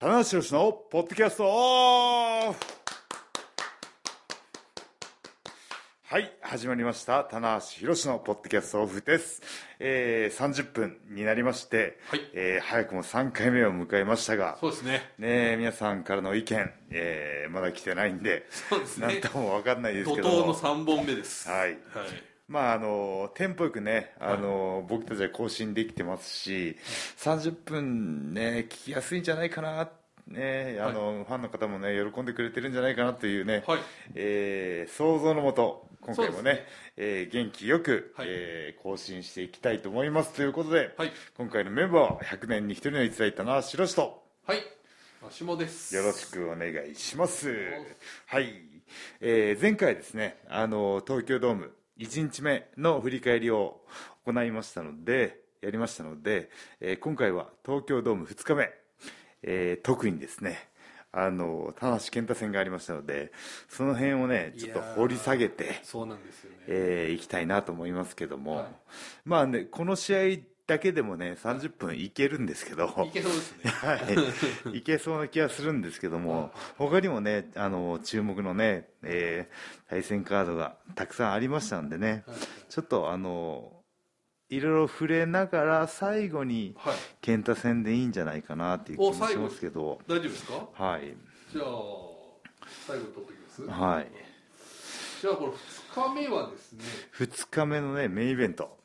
橋宏のポッドキャストオフはい始まりました棚橋宏のポッドキャストオフです、えー、30分になりまして、はいえー早くも3回目を迎えましたがそうですね。ねえ皆さんからの意見、えーまだ来てないんでそうです何ね。とも分かんないです怒けど涛の三本目です。はいはい。まああのテンポよくねあの、僕たちは更新できてますし30分ね聞きやすいんじゃないかなねあの、ファンの方もね喜んでくれてるんじゃないかなというね、はいえー想像のもと今回もそうねですえー元気よく、はいえー更新していきたいと思いますということで、はい今回のメンバーは100年に一人の逸材田中宏と。はい。わしもです。よろしくお願いします。はい。えー前回ですね、あの、東京ドーム1日目の振り返りを行いましたので、やりましたので、えー今回は東京ドーム2日目、えー特にですね、あの、田橋健太戦がありましたので、その辺をね、ちょっと掘り下げて、そうなんですよね。えー行きたいなと思いますけども、はいまあね、この試合だけでもね、30分いけるんですけど、いけそうですね。はい、いけそうな気がするんですけども、他にもね、あの、注目のね、えー対戦カードがたくさんありましたんでね、はいちょっとあの、いろいろ触れながら最後に、はい。健太戦でいいんじゃないかなっていう気もお最し後ますけど、大丈夫ですかはい、じゃあ、最後に取ってきます。はい。じゃあ、これ二日目はで すね、 2日目のね、メインイベント。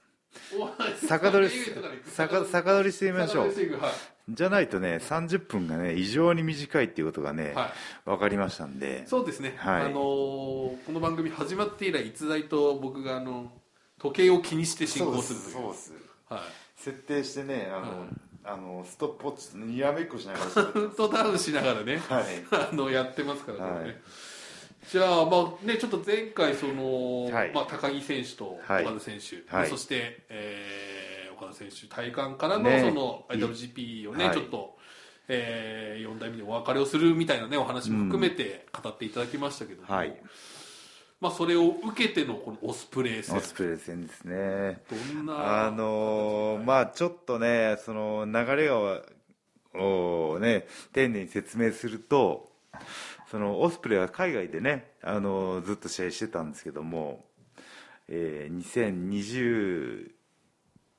お逆取りイベントから行く、逆逆取りしてみましょ逆取うり。ていくはい。じゃないとね、30分がね、異常に短いっていうことがね、はい分かりましたんで、そうですね、はいあのーこの番組始まって以来逸材と僕があの時計を気にして進行するというそうです。はい、設定してねあの、はいあのストップウォッチとにらめっこしながら喋ってカウントダウンしながらね、ま あのやってますからね、はいじゃあまあねちょっと前回その、はいまあ、高木選手とはい岡田選手、はいそして、えー岡田選手体感からのねその IWGP をねはいちょっと、え4代目にお別れをするみたいなねお話も含めて語っていただきましたけども、はい、はい、まあ、それを受けてのこのオスプレイ戦オスプレイ戦ですねどんなあのーまあちょっとねその流れををね丁寧に説明するとそのオスプレイは海外でねあのーずっと試合してたんですけども、えー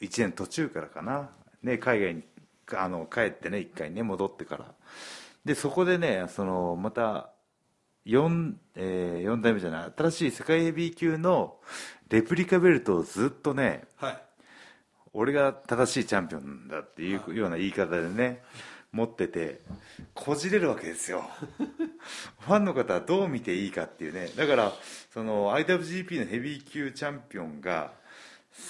2021年途中からかな、ね、海外にあの帰ってね一回ね戻ってからでそこでねそのまた 4, えー4代目じゃない新しい世界ヘビー級のレプリカベルトをずっとねはい俺が正しいチャンピオンだっていうような言い方でね持っててこじれるわけですよ ファンの方はどう見ていいかっていうねだからその IWGP のヘビー級チャンピオンが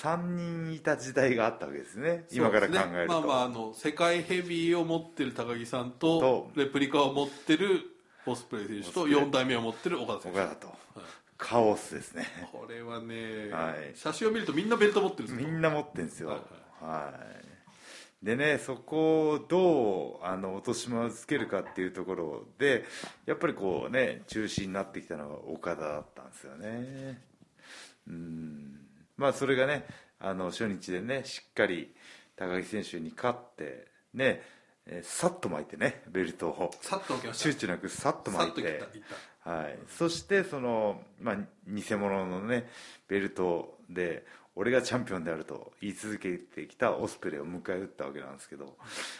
3人いた時代があったわけですね今から考えると、そうですねまあまああの世界ヘビーを持ってる高木さんととレプリカを持ってるオスプレイ選手と4代目を持ってる岡田選手岡田と、カオスですねこれはね、はい写真を見るとみんなベルト持ってるんですみよんな持ってるんですよ、はいはい、でねそこをどうあの落とし前をつけるかっていうところでやっぱりこうね中心になってきたのが岡田だったんですよねうんまあそれがねあの初日でねしっかり高木選手に勝ってねえーさっと巻いてねベルトをさっと置きました躊躇なくさっとさ巻っいてといったいったはい、そしてその、まあ、偽物のねベルトで俺がチャンピオンであると言い続けてきたオスプレイを迎え撃ったわけなんですけど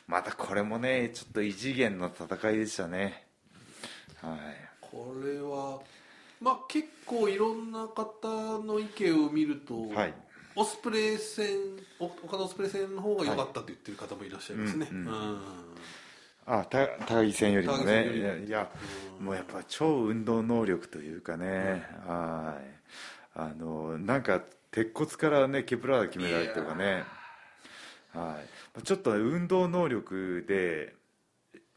またこれもねちょっと異次元の戦いでしたねはいこれはまあ結構いろんな方の意見を見ると、はいオスプレイ戦お岡田オスプレイ戦の方が良かったって言ってる方もいらっしゃいますね、うんうんうんあた高木戦よりも高木戦ねよりいやいやもうやっぱ超運動能力というかね、はいあのなんか鉄骨からねケプラーダ決められてるかねはいちょっと運動能力で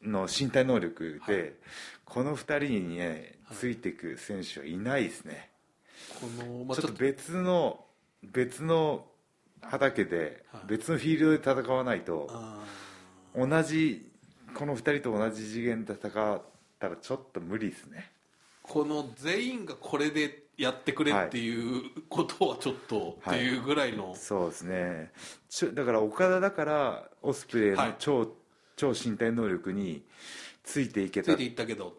の身体能力で、この2人にねついていく選手はいないですね、この、まあ、ちちょょっとっと別の別の畑で、はい別のフィールドで戦わないと、あ同じこの2人と同じ次元で戦ったらちょっと無理ですねーこの全員がこれでやってくれっていうことはちょっと、はいっていうぐらいのそうですねちょだから岡田だからオスプレイのはい超超身体能力についていけつたいんていったけど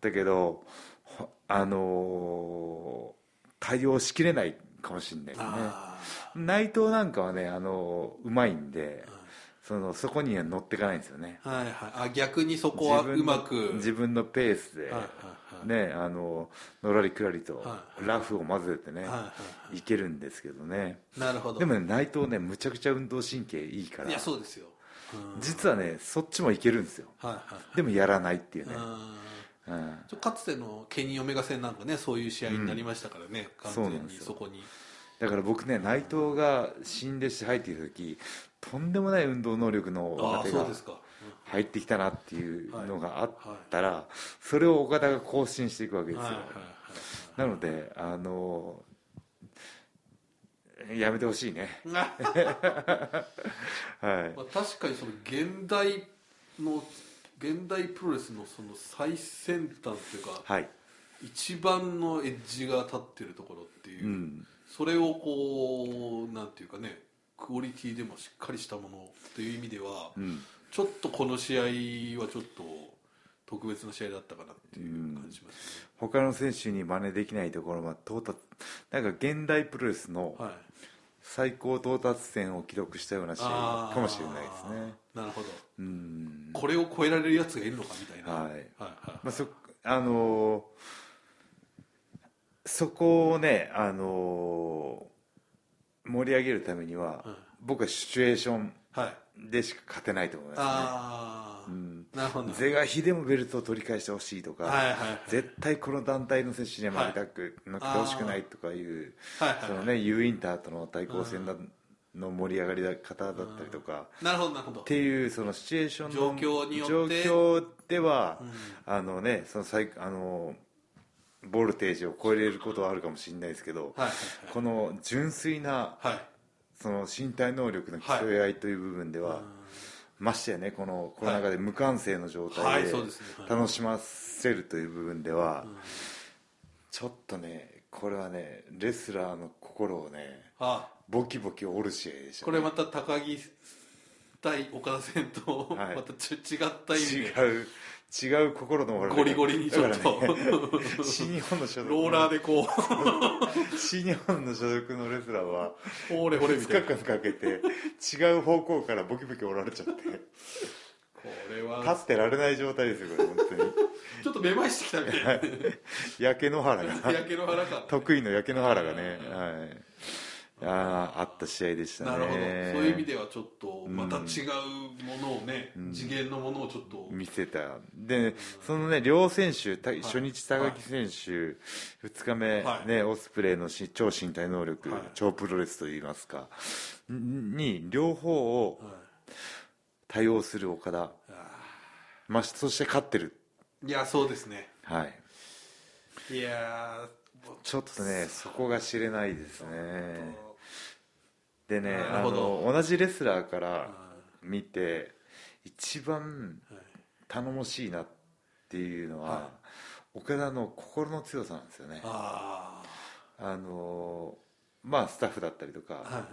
だけどほあのー対応しきれないかもしれないですねあ内藤なんかはねあのうまいんであ、そのそこには乗っていかないんですよねはいはいあ逆にそこは自う分のまく自分のペースで、はいはいはいねあののらりくらりとはいラフを混ぜてね、はいはいはいけるんですけどねいなるほどでもね内藤ねむちゃくちゃ運動神経いいからいやそうですよ、うん実はねそっちもいけるんですよはいはいでもやらないっていうね、うんうんちょかつてのケニー・オメガ戦なんかねそういう試合になりましたからね、そう完なん全でにすよそこにだから僕ね内藤が新弟子入ってきた時とんでもない運動能力のあ若あ手そがうですか、入ってきたなっていうのがあったら、それを岡田が更新していくわけうでんすよ、はいはいなのであのやめてほしい ねはいはいまあ、確かにその現代の現代プロレスのその最先端というかはい、一番のエッジが立ってるところっていうう、ん、それをこうなんていうかねクオリティでもしっかりしたものという意味では、うんちょっとこの試合はちょっと特別な試合だったかなっていう感じしますね、他の選手に真似できないところまで到達なんか現代プロレスのはい最高到達点を記録したような試合あーかもしれないですねなるほどうんこれを超えられるやつがいるのかみたいなはいはいはいまあ、そあのーそこをね、あのー盛り上げるためには、うん僕はシチュエーションはいでしか勝てないと思いまああ、んなるほすどね是が非でもベルトを取り返してほしいとか、はいはいはい絶対この団体の選手には負けたく、負けてほしくないとかいう、はいはいそのね、ユーインターとの対抗戦だ、の盛り上がり方だったりとか、なるほどなるほどっていうそのシチュエーションの状況によって状況では、あのねその最あのボルテージを超えれることはあるかもしれないですけど、はいこの純粋なはいその身体能力の競い合いという部分では、ましてやねこのコロナ禍で無感性の状態はいでそうですねはい楽しませるという部分では、ちょっとねこれはねレスラーの心をねあボキボキ折る試合でした、ね、これまた高木対岡田戦と、はいまたちょ違った意味で違う違う心の折れ方ゴリゴリにちょっだからと、ね新日本の所属 ローラーでこ新日本の所属のレスラー はうほれほれみ2たい日な間かけて違う方向からボキボキ折られちゃってこれは立ってられない状態ですよこれ本当にちょっとめまいしてきたみたいな焼け野原が 焼け野原か得意の焼け野原がね、はい、あーあった試合でしたねなるほどそういう意味ではちょっとまた違うものをね、次元のものをちょっと、見せたでそのね両選手た初日高木選手、2日目、はいね、オスプレイのし超身体能力、はい超プロレスといいますかんに両方をは対応する岡田、いあまあ、そして勝ってる、ーいやそうですねはい、いやーちょっとねそこが知れないですねでねなあるほどの同じレスラーかあら見て一番ーはい頼もしいなっていうのは、は岡田の心の強さなんですよねああのまあスタッフだったりとか、あはい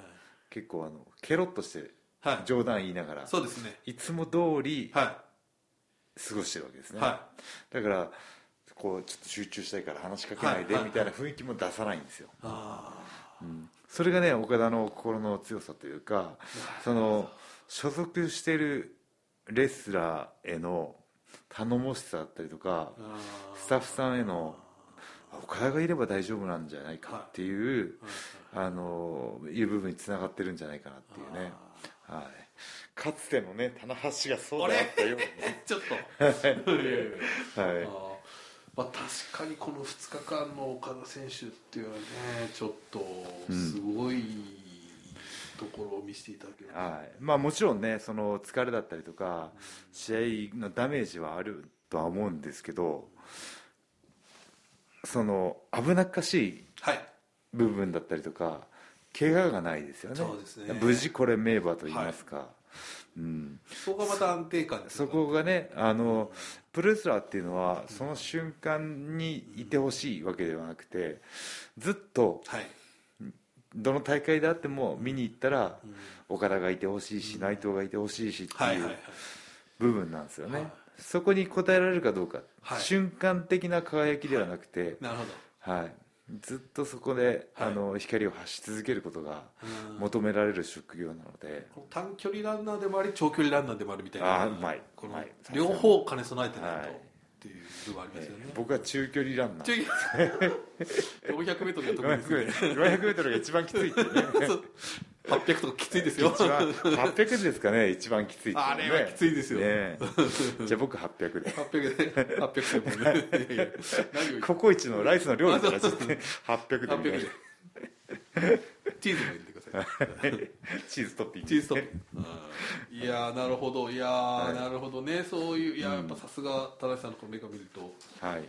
結構あのケロッとしてはい、はい、冗談言いながらそうですねいつも通りは過ごしてるわけですいね、はだからこうちょっと集中したいから話しかけないではいみたいな雰囲気も出さないんですよ、いあうんそれがね岡田の心の強さというかその所属してるレスラーへの頼もしさだったりとかーあスタッフさんへのあ岡田がいれば大丈夫なんじゃないはいかっていう、ーあのいう部分につながってるんじゃないかなっていうね、はい、かつてのね棚橋がそうであったようにえね、ちょっ といやいやいやあはいー、まあ、確かにこの2日間の岡田選手っていうのはねちょっとすごいところを見せていただけました、はいまあ、もちろんねその疲れだったりとか試合のダメージはあるとは思うんですけどその危なっかしいはい部分だったりとか怪我がないですよねそうですね無事これ名馬と言いますか、うん、そこがまた安定感ですそこがねあのプロレスラーっていうのはその瞬間にいてほしいわけではなくてずっとはい、どの大会であっても見に行ったら岡田がいてほしいし内藤がいてほしいしってはいいはいうはい部分なんですよね、はいそこに応えられるかどうか、はい瞬間的な輝きではなくて、なるほどはいずっとそこで、はいあの光を発し続けることがうん求められる職業なので、この短距離ランナーでもあり長距離ランナーでもあるみたいなあーうまいこうまのい両方兼ね備えてないと、はいっていう部分ありますよね、えー僕は中距離ランナー中 距離 400m が得意ですね 400m が一番きついってね そう800とかきついですよ一番800ですかね一番きついって、ね、あれはきついですよねえじゃあ僕800で800で800でもねいや いや何を言ってココイチのライスの量だからちょっとね800で800もねでチーズも入れてください チーズトッピングチーズトップいやーなるほどいやー、なるほどねそういういやーやっぱさすが田中さんのこの目が見るとはいうん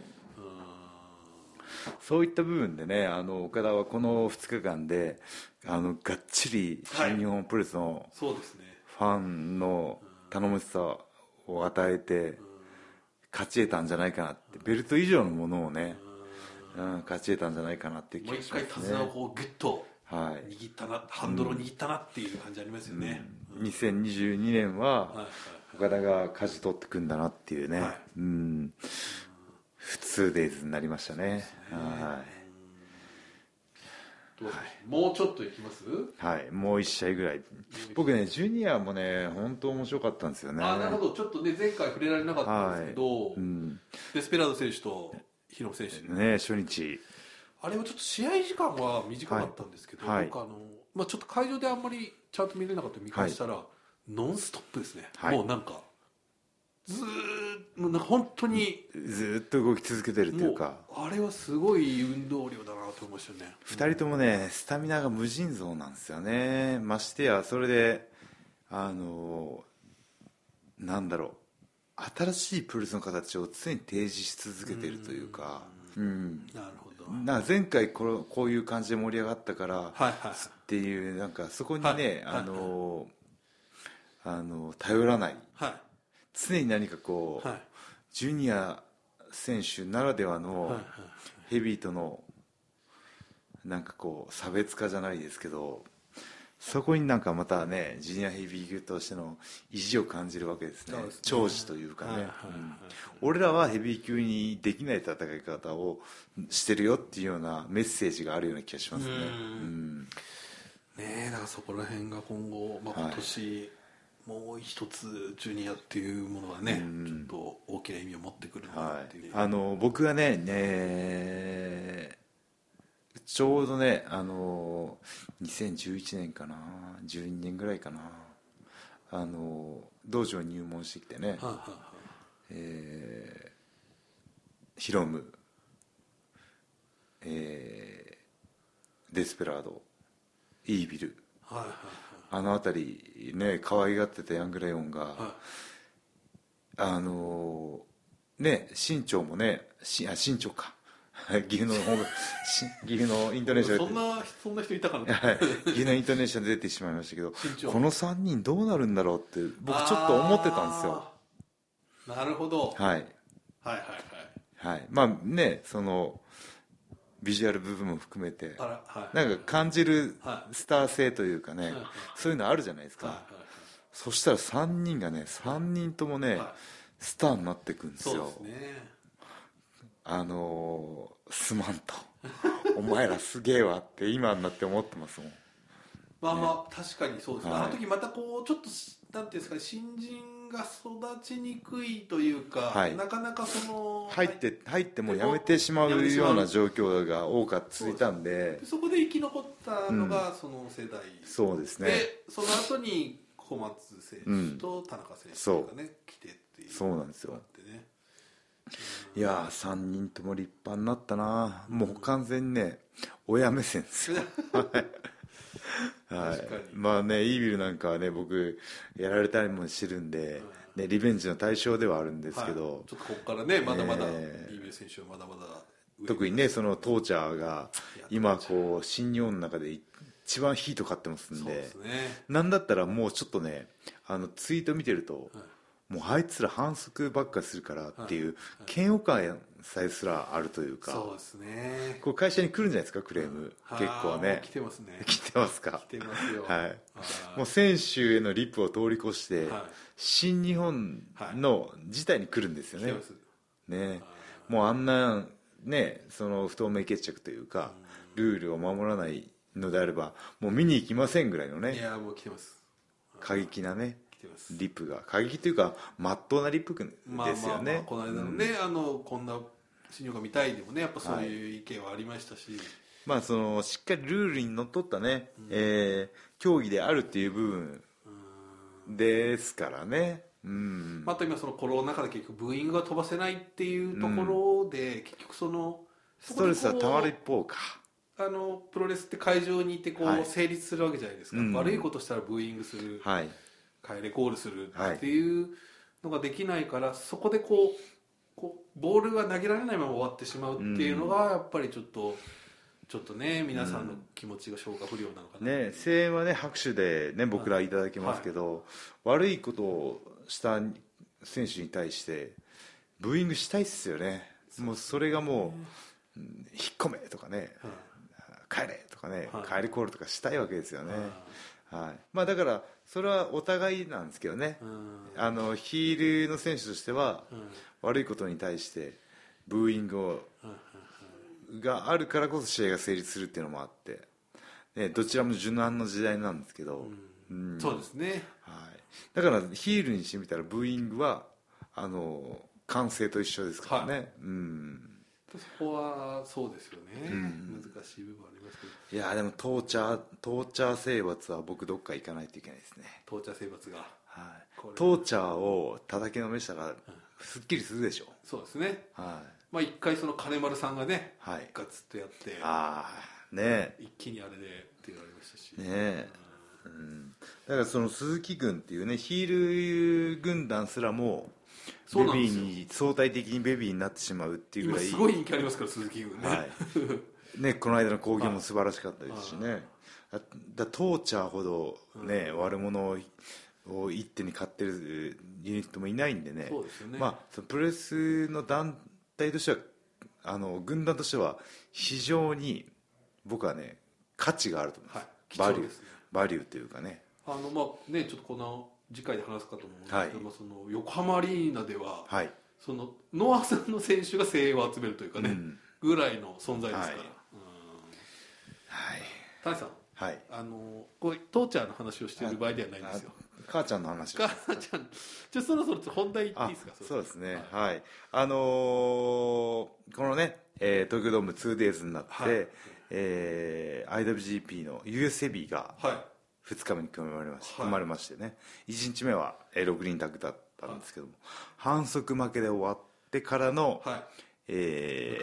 そういった部分でねあの岡田はこの2日間であのがっちり新日本プロレスのそうですねファンの頼もしさを与えて勝ち得たんじゃないかなってベルト以上のものをね、うん、勝ち得たんじゃないかなって気もうが一しま回す手ね綱をこうグッとはい握ったなハンドルを握ったなっていう感じありますよね、 2022年はいははい岡田が舵取ってくんだなっていうね、はいうん普通デイズになりましたねはどうもうちょっといきます、い、はい、もう1試合ぐらい僕ねジュニアもね本当面白かったんですよねあーなるほどちょっとね前回触れられなかったんですけど、うんデスペラード選手とヒロム選手、ね初日あれはちょっと試合時間は短かったんですけど、はい僕あの、まあ、ちょっと会場であんまりちゃんと見れなかったの見返したら、ノンストップですね、はいもうなんかずーもうなんか本当に、ずーっと動き続けてるっていもううかあれはすごい運動量だなと思いましたよね2人ともねスタミナが無尽蔵なんですよねましてやそれであのなんだろう新しいプロレスの形を常に提示し続けてるというかうんなるほど、なんか前回このこういう感じで盛り上がったからはいはいっていうなんかそこにはいはいねあのあの頼らないは常に何かこいはういジュニア選手ならではの、はいヘビーとのなんかこう差別化じゃないですけどそこになんかまたねジュニアヘビー級としての意地を感じるわけですねそうですね長寿というかね、はいはいうん俺らはヘビー級にできない戦い方をしてるよっていうようなメッセージがあるような気がしますねうんうんねえだからそこら辺が今後、まはあ、い今年、もう一つジュニアっていうものがね、ちょっと大きな意味を持ってくるなはっていう、い、あの僕がねねちょうどねあの2011年かな12年ぐらいかなあの道場に入門してきてね、はいはいはいえーヒロム、えーデスペラードイービルはいはいあの辺りね可愛がってたヤングレオンが、はいあのーね身長もねしあ身長か 岐阜の方がし岐阜のイントネーショそンでんなそんな人いたかなはい岐阜のイントネーションで出てしまいましたけど身長この3人どうなるんだろうって僕ちょっと思ってたんですよあーなるほど、ははいい、はいははいいまあねそのビジュアル部分も含めてあらはいなんか感じるはスター性というかね、はいそういうのあるじゃないですか、はいそしたら3人がね3人ともね、はいスターになってくんですよそうですねあのーすまんと お前らすげえわって今になって思ってますもんまあまあ確かにそうですね、はいあの時またこうちょっとしなんていうんですかね新人が育ちにくいというか、はいなかなかその入って入ってもうやめてしまやめうてしまうような状況が多かった続いたんでそこで生き残ったのがその世代、そうですねでその後に小松選手と田中選手がね、来てっていうそうなんですよのがあってねいやー3人とも立派になったなもう完全にね親目線 ですよはい、はい確かに、まあねイービルなんかはね僕やられたりもしてるんで、ね、リベンジの対象ではあるんですけど、はいちょっとここからねまだまだ、えーリーベル選手はまだまだ上特にねそのトーチャーがいや今こう新日本の中で一番ヒート買ってますんそうでですねなんだったらもうちょっとねあのツイート見てると、もうあいつら反則ばっかするからっていう嫌悪感さえすらあるというかそうですねこう会社に来るんじゃないですかクレーム結構あーもねう来てますね来てますか来てますよはいいもう選手へのリップを通り越して、は新日本の事態に来るんですよい来てね,、ますねあもうあんなねその不透明決着というかルールを守らないのであればもう見に行きませんぐらいのーいねやもう来てます過激なね来てますリップが過激というかまっとうなリップまあまであすまあよね、この間のね、あのこんな新日本が見たいでもねやっぱそういう意見はありましたし、まあそのしっかりルールにのっとったね、えー競技であるっていう部分ですからねうん、また今そのコロナ禍で結局ブーイングが飛ばせないっていうところで、結局そのストレスはそこでたこまうる一方かあのプロレスって会場にいてこう、はい成立するわけじゃないですか、うん悪いことしたらブーイングする、はい帰れコールするはいっていうのができないからそこでこうこうボールが投げられないまま終わってしまうっていうのがやっぱりちょっとちょっとね皆さんの気持ちが消化不良なのかな、ね声援はね拍手でね僕らいただきますけど、悪いことをした選手に対してブーイングしたいっすよねもうそれがもう、うん引っ込めとかね、はい帰れとかね、はい帰りコールとかしたいわけですよね、あはい、まあだからそれはお互いなんですけどねー、うんあのヒールの選手としてはうん悪いことに対してブーイングをがあるからこそ試合が成立するっていうのもあって、ね、どちらも順応の時代なんですけど、うんそうですねはい、だからヒールにしてみたらブーイングはあの歓声と一緒ですからね、、はいうんそこはそうですよね、うん難しい部分ありますけどいやでもトーチャートーチャー征伐は僕どっか行かないといけないですね、到着征伐がはいこれ、トーチャーを叩きのめしたらすっきりするでしょそうですねはまあ一回その金丸さんがねい、はい、ガツッとやってああね一気にあれでって言われましたし、えねえうんだからその鈴木軍っていうねヒール軍団すらもそベうなんでビすよーに相対的にベビーになってしまうっていうぐ今らいすごい人気ありますから鈴木軍ね、 はい、ねこの間の攻撃も素晴らしかったですしはねあだトーチャーほど、ね悪者を一手に買ってるユニットもいないんでねそうですよね、まあ、そのプロレスの団体としてはあの軍団としては非常に僕はね価値があると思います、はい貴バ重リューですねバリューというかねあのまあねちょっとこの次回で話すかと思うんですけど、はいまあその横浜アリーナでは、はいそのノアさんの選手が声援を集めるというかね、うんぐらいの存は在ですから、いうんはい谷さんはいあのこれ父ちゃんの話をしている場合ではないんですよ母ちゃんの話母ちゃんじゃあそろそろ本題いっていいあですかそうですねはいはい、あのーこのね、えー東京ドーム 2days になって、はいえー IWGP の US ヘビーがはい2日目に組まれまし,、はい組まれましてね1日目は、えー6人タッグだったんですけども、反則負けで終わってからの、はいえ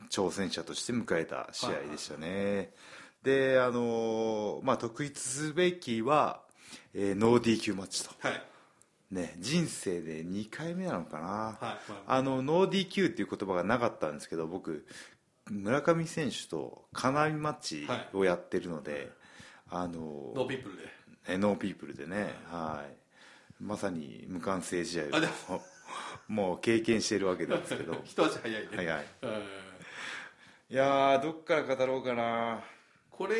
ー迎え挑戦者として迎えた試合でしたね、であのーまあ特筆すべきは、えーノー DQ マッチとはいね人生で2回目なのかな、はいあのノー DQ っていう言葉がなかったんですけど僕村上選手と金網マッチをやってるので、あのノーピープルでえノーピープルでね、はい、まさに無関係試合あでを もう経験してるわけなんですけ ど一足早いね、はい、はい、うんいやーどっから語ろうかなこれ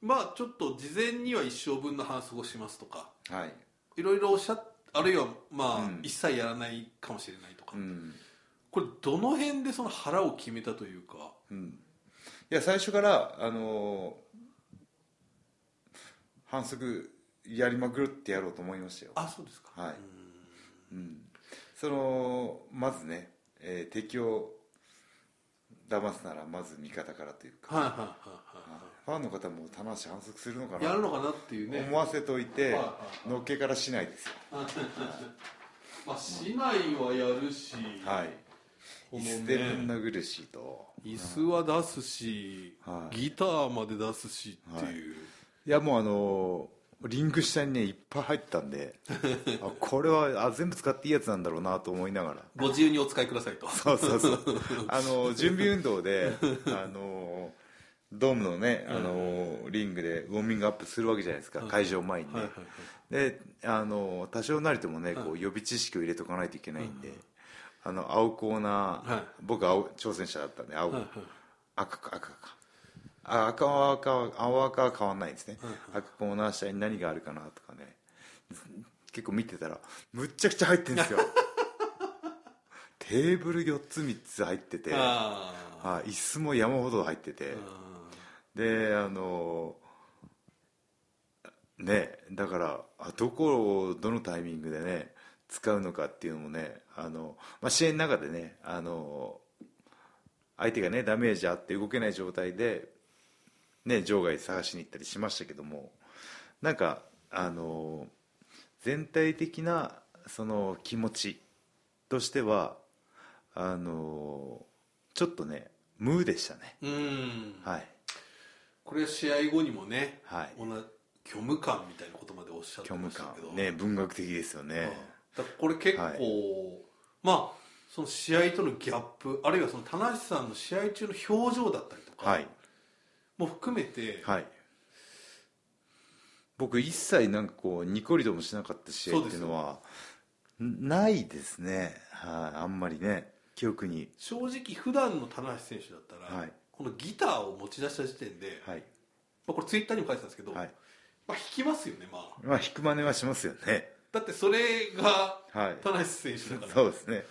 まあちょっと事前には一生分の反則をしますとかはい、いろいろおっしゃっあるいはまあ、うん一切やらないかもしれないとか、うんこれどの辺でその腹を決めたというかうん、いや最初から、あのー反則やりまくってやろうと思いましたよあそうですかはいうんうん、そのまずね、えー敵を騙すならまず味方からというか、はいはいはいはいファンの方も棚橋反則するのかやなるのかなっていうね思わせといて、はいはいのっけからしないですよまあ市内はやるし、はい椅このね子でぶん殴るしと椅子は出すし、はいギターまで出すしっていう、いやもうあのーリング下にねいっぱい入ってたん であこれはあ全部使っていいやつなんだろうなと思いながらご自由にお使いくださいとそうそうそうあの準備運動であのドームのねあのリングでウォーミングアップするわけじゃないですか会場前にねはいはいであの多少なりともねこう予備知識を入れとかないといけないんであの青コーナー、はい僕青挑戦者だったんで青、はいはい赤か赤かあ赤は赤は青赤は変わんないですね、赤コーナー下に何があるかなとかね結構見てたらむっちゃくちゃ入ってるんです よテーブル4つ3つ入っててはああい椅子も山ほど入ってて、であのねだからあどこをどのタイミングでね使うのかっていうのもねあの、まあ、試合の中でねあの相手がねダメージあって動けない状態で、ね、場外探しに行ったりしましたけどもなんかあの全体的なその気持ちとしてはあのちょっとね無でしたねうんはいこれ試合後にもね、はい同じ虚無感みたいなことまでおっしゃって虚ま無した感けどね文学的ですよねだからこれ結構、はいまあその試合とのギャップあるいはその棚橋さんの試合中の表情だったりとか、はいも含めて、はい僕一切なんかこうニコリともしなかった試合っていうのはんないですねはいあんまりね記憶に正直普段の棚橋選手だったら、はいこのギターを持ち出した時点で、はいまあ、これツイッターにも書いてたんですけど、はいまあ、弾きますよねまあまあ引く真似はしますよねだってそれがはい棚橋選手だから そうですね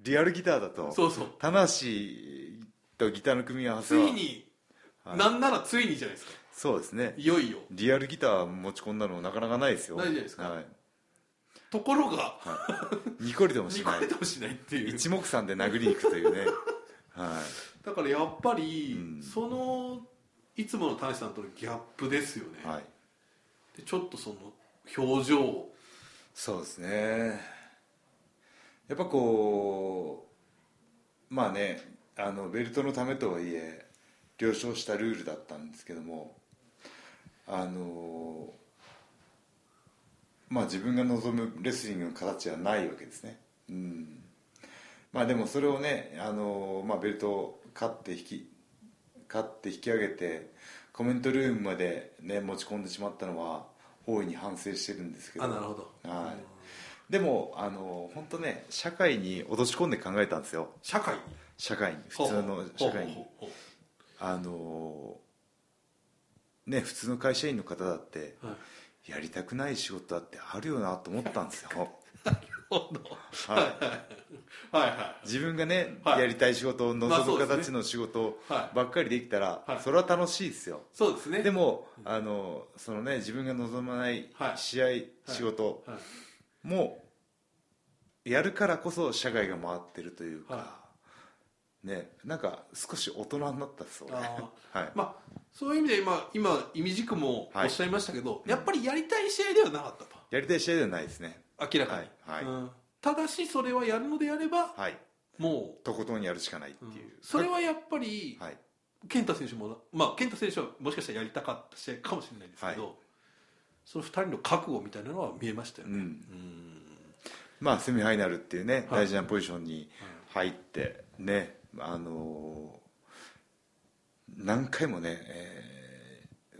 リアルギターだとそうそう棚橋とギターの組み合わせつはいに、はいなんならついにじゃない ですかそうですねいよいよリアルギター持ち込んだのなかなかないですよないじゃないですかはいところがニコリともしニなコいリともしないっていう一目散で殴りに行くというねはいだからやっぱり、うんそのいつもの谷さんとのギャップですよね、はい、でちょっとその表情をそうですねやっぱこうまあねあのベルトのためとはいえ了承したルールだったんですけどもあのまあ自分が望むレスリングの形はないわけですねうんまあでもそれをねあの、まあ、ベルトを勝って引き勝って引き上げてコメントルームまで、ね、持ち込んでしまったのは大いに反省してるんですけどあなるほど、はいうんでもあの本当ね社会に落とし込んで考えたんですよ社会に社会に普通の社会にほうほうほうほうあのね普通の会社員の方だってほうはいやりたくない仕事だってあるよなと思ったんですよ、ほうはい、はいは自分がね、はいやりたい仕事をまあそ望むうで形すねの仕事いはいばっかりできたら、はいそれは楽しいですよそうですねでもあのそのね自分が望まないはい試合、仕事はいもやるからこそ社会が回ってるというか、はねなんか少し大人になったそうねあ はいまあそういう意味で今今意味軸もおっしゃいましたけど、いやっぱりやりたい試合ではなかったとやりたい試合ではないですね明らかに、はいはいうんただしそれはやるのであればはいもとことんやるしかないってう、いう、それはやっぱり、はい健太選手も、まあ、健太選手はもしかしたらやりたかった試合かもしれないですけど、はその2人の覚悟みたいなのは見えましたようね、んうんまあセミファイナルっていうね、はい大事なポジションに入ってねあのー何回もね、えー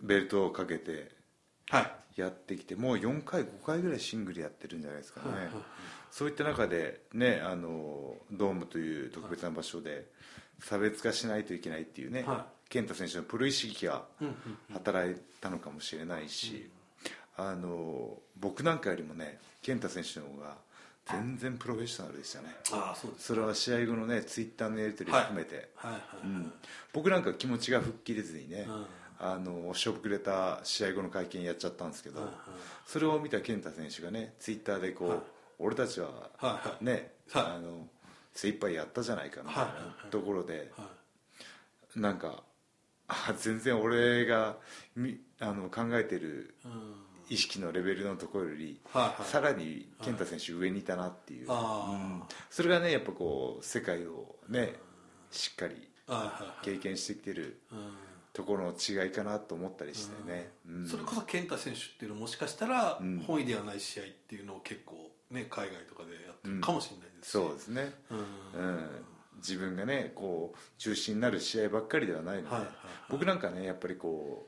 ベルトをかけてはい、やってきてもう4回5回ぐらいシングルやってるんじゃないですかね、はいそういった中で、ね、あのドームという特別な場所で差別化しないといけないっていうね、は健太選手のプロ意識がうんうん働いたのかもしれないし、あの僕なんかよりもね健太選手の方が全然プロフェッショナルでしたねああそうですそれは試合後のねツイッターのやり取り含めて、はいはい、うん僕なんか気持ちが吹っ切れずにね、うんあのおしょぶくれた試合後の会見やっちゃったんですけど、はいはいそれを見た健太選手がねツイッターでこう、はい俺たちははいはいね、はいあの精一杯やったじゃないかみたいはいはいなところで、はいなんかあ全然俺がみあの考えてるうん意識のレベルのところより、はいはいさらに健太選手上にいたなっていう、あーうんそれがねやっぱこう世界をねしっかりはいはいはい経験してきてるうんところの違いかなと思ったりしてね、うんそれこそ健太選手っていうのはもしかしたらうん本意ではない試合っていうのを結構、ね、海外とかでやってるかもしれないですし、そうですね、うんうん、自分がねこう中心になる試合ばっかりではないので、はいはいはい僕なんかねやっぱりこ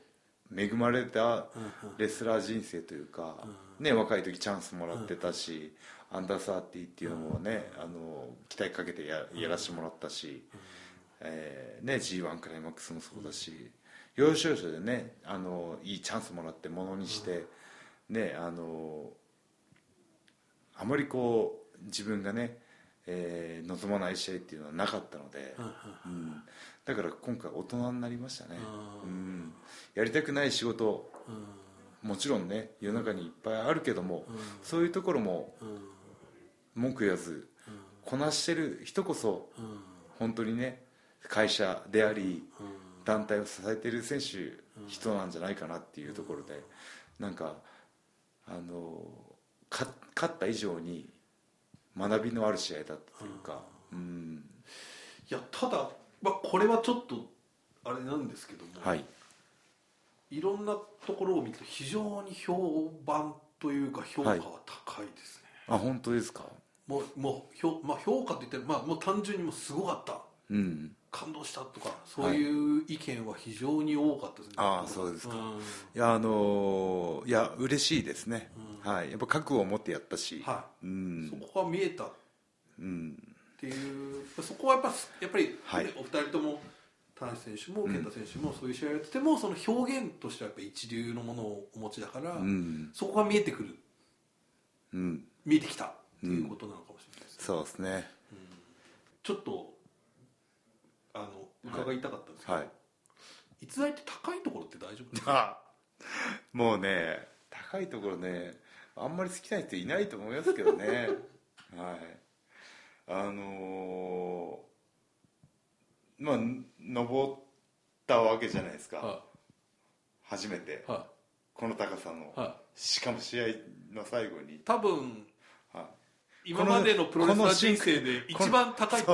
う恵まれたうんうんレスラー人生というか、ね、若い時チャンスもらってたし、アンダーサーティーっていうのもね、あの期待かけてややらせてもらったし、えーね、g 1クライマックスもそうだし、要所要所でねあのいいチャンスもらってものにして、ねあのあまりこう自分がね、えー望まない試合っていうのはなかったので、うんだから今回大人になりましたね、ううんん、やりたくない仕事もちろんね世の中にいっぱいあるけども、そういうところも文句言わずこなしてる人こそ本当にね会社であり団体を支えてる選手人なんじゃないかなっていうところでなんかあのか勝った以上に学びのある試合だったというか、うん、いやただ、まあ、これはちょっとあれなんですけども、はいいろんなところを見ると非常に評判というか評価は高いですね、あ本当ですかもうもう評,、まあ、評価といっても、まあ、もう単純にもうすごかったうん感動したとかそういう意見は非常に多かったですね、ああそうですかんいやあのいや嬉しいですね、うはいやっぱ覚悟を持ってやったし、はうい、そんこが見えたっうんていうそこはやっぱやっぱりね、はいお二人とも田橋選手も健太選手もそういう試合をやってても、その表現としてはやっぱ一流のものをお持ちだから、うんそこが見えてくるうん見えてきたっていうことなのかもしれないですね、そうですねちょっとあの伺いたかったんですけど、はい逸材って高いところって大丈夫ですあかもうね高いところねあんまり好きな人いないと思いますけど ねはいあのーまあ登ったわけじゃないですか、初めてはこの高さの、いはしかも試合の最後にい、多分は今までのプロレスラー人生で一番高いと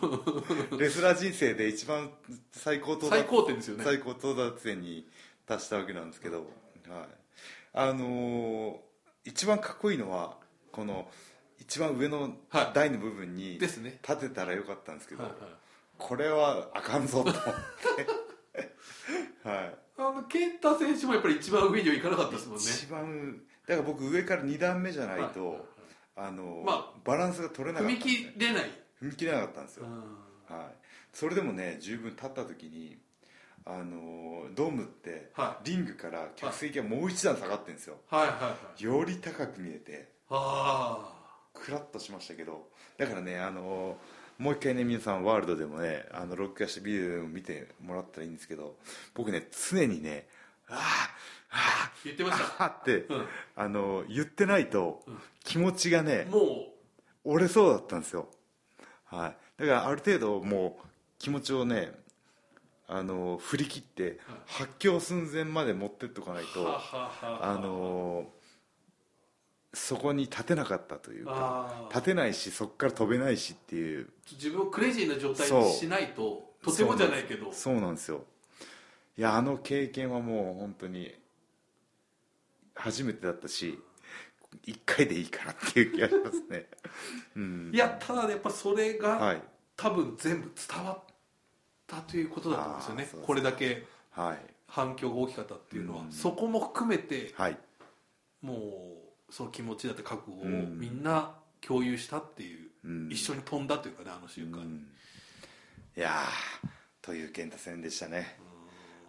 ころい、レスラー人生で一番最高到達最高点ですよね最高到達点に達したわけなんですけど、はい、あのー一番かっこいいのはこの一番上のはい台の部分にで立すねてたらよかったんですけど、はいはいこれはあかんぞと思 って、はいあの健太選手もやっぱり一番上にはいかなかったですもんね一番だから僕上から2段目じゃないと、はいはいあのーまバランスが取れなか踏ったみんですね切れない、踏み切れなかったんですよ、うんはい、それでもね十分立った時にあのードームってはリングから客席がもう一段下がってるんですよ、はいはいはいより高く見えてあクラッとしましたけどだからねあのもう一回ね皆さんワールドでもねあの録画したビデオでも見てもらったらいいんですけど僕ね常にねああ言ってあましたああってうんあの言ってないとうん気持ちがねも折れそうだったんですよはいだからある程度もう気持ちをねあの振り切って発狂寸前まで持ってっとかないうはとははあのそこに立てなかったというかあー立てないしそこから飛べないしっていう自分をクレイジーな状態にしないととてもじゃないけどそうなんですよいやあの経験はもう本当に初めてだったし1回でいいからっていう気がします ねうんいやただやっぱそれが、はい多分全部伝わったということだと思うんですよあねーそうですこれだけはい反響が大きかったっていうのは、うんそこも含めてはいもうその気持ちだって覚悟をうんみんな共有したっていう、うん一緒に飛んだというかねあの瞬間うに、んいやーという健太戦でしたね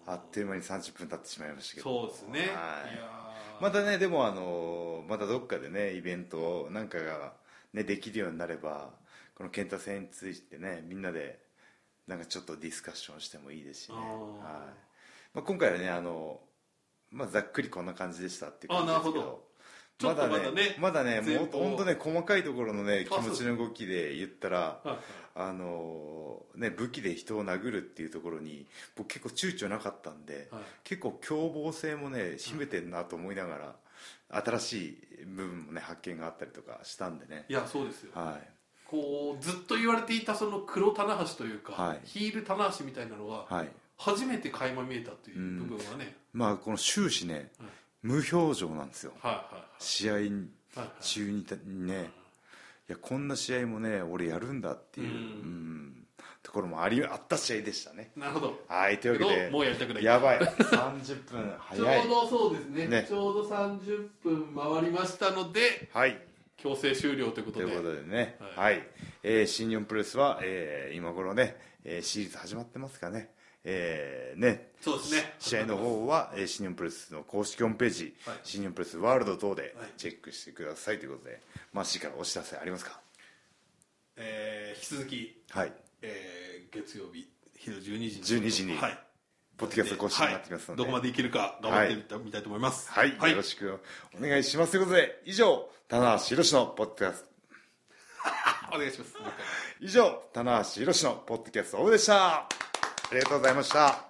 あっという間に30分経ってしまいましたけどそうですねはいいやーまたねでもあのまたどっかでねイベントなんかが、ね、できるようになればこの健太戦についてねみんなでなんかちょっとディスカッションしてもいいですしね、あはいーまあ、今回はねあの、まあ、ざっくりこんな感じでしたっていうあー感じですけなるほどちょっとまだねまだね前もっと方本当ね細かいところのね気あそう持ちの動きで言ったらはいはいあのね武器で人を殴るっていうところに僕結構躊躇なかったんで、はい結構凶暴性もね秘めてんなと思いながら、新しい部分もね発見があったりとかしたんでねいやそうですよはこうずっと言われていたその黒棚橋というか、はいヒール棚橋みたいなのがいはい初めて垣間見えたという部分はね、まあこの終始ね、うん無表情なんですよはいはい試合はいはい中にたねいやこんな試合もね俺やるんだっていう、うんうんところもありあった試合でしたねなるほどはいというけわどけでもうやりたくないやばい30分ちょう早いどそうですねねちょうど30分回りましたのではい強制終了ということといでうことでね、ははい、えー新日本プロレスは、えー今頃ね、えーシリーズ始まってますからね、えーね、そうですね試合の方は、えー新日本プロレスの公式ホームページ、はい新日本プロレスワールド等ではいチェックしてくださいということで、まあ、C からお知らせありますかえー引き続き、はい、えー月曜日昼12時12時にはいポッドキャスト更新になってきますので、はいどこまでいけるか頑張ってみた,、みたいと思いますはい、はいよろしくお願いしますということで、以上、棚橋宏のポッドキャスト、お願いしますもう一回以上、棚橋宏のポッドキャストオフでした。ありがとうございました。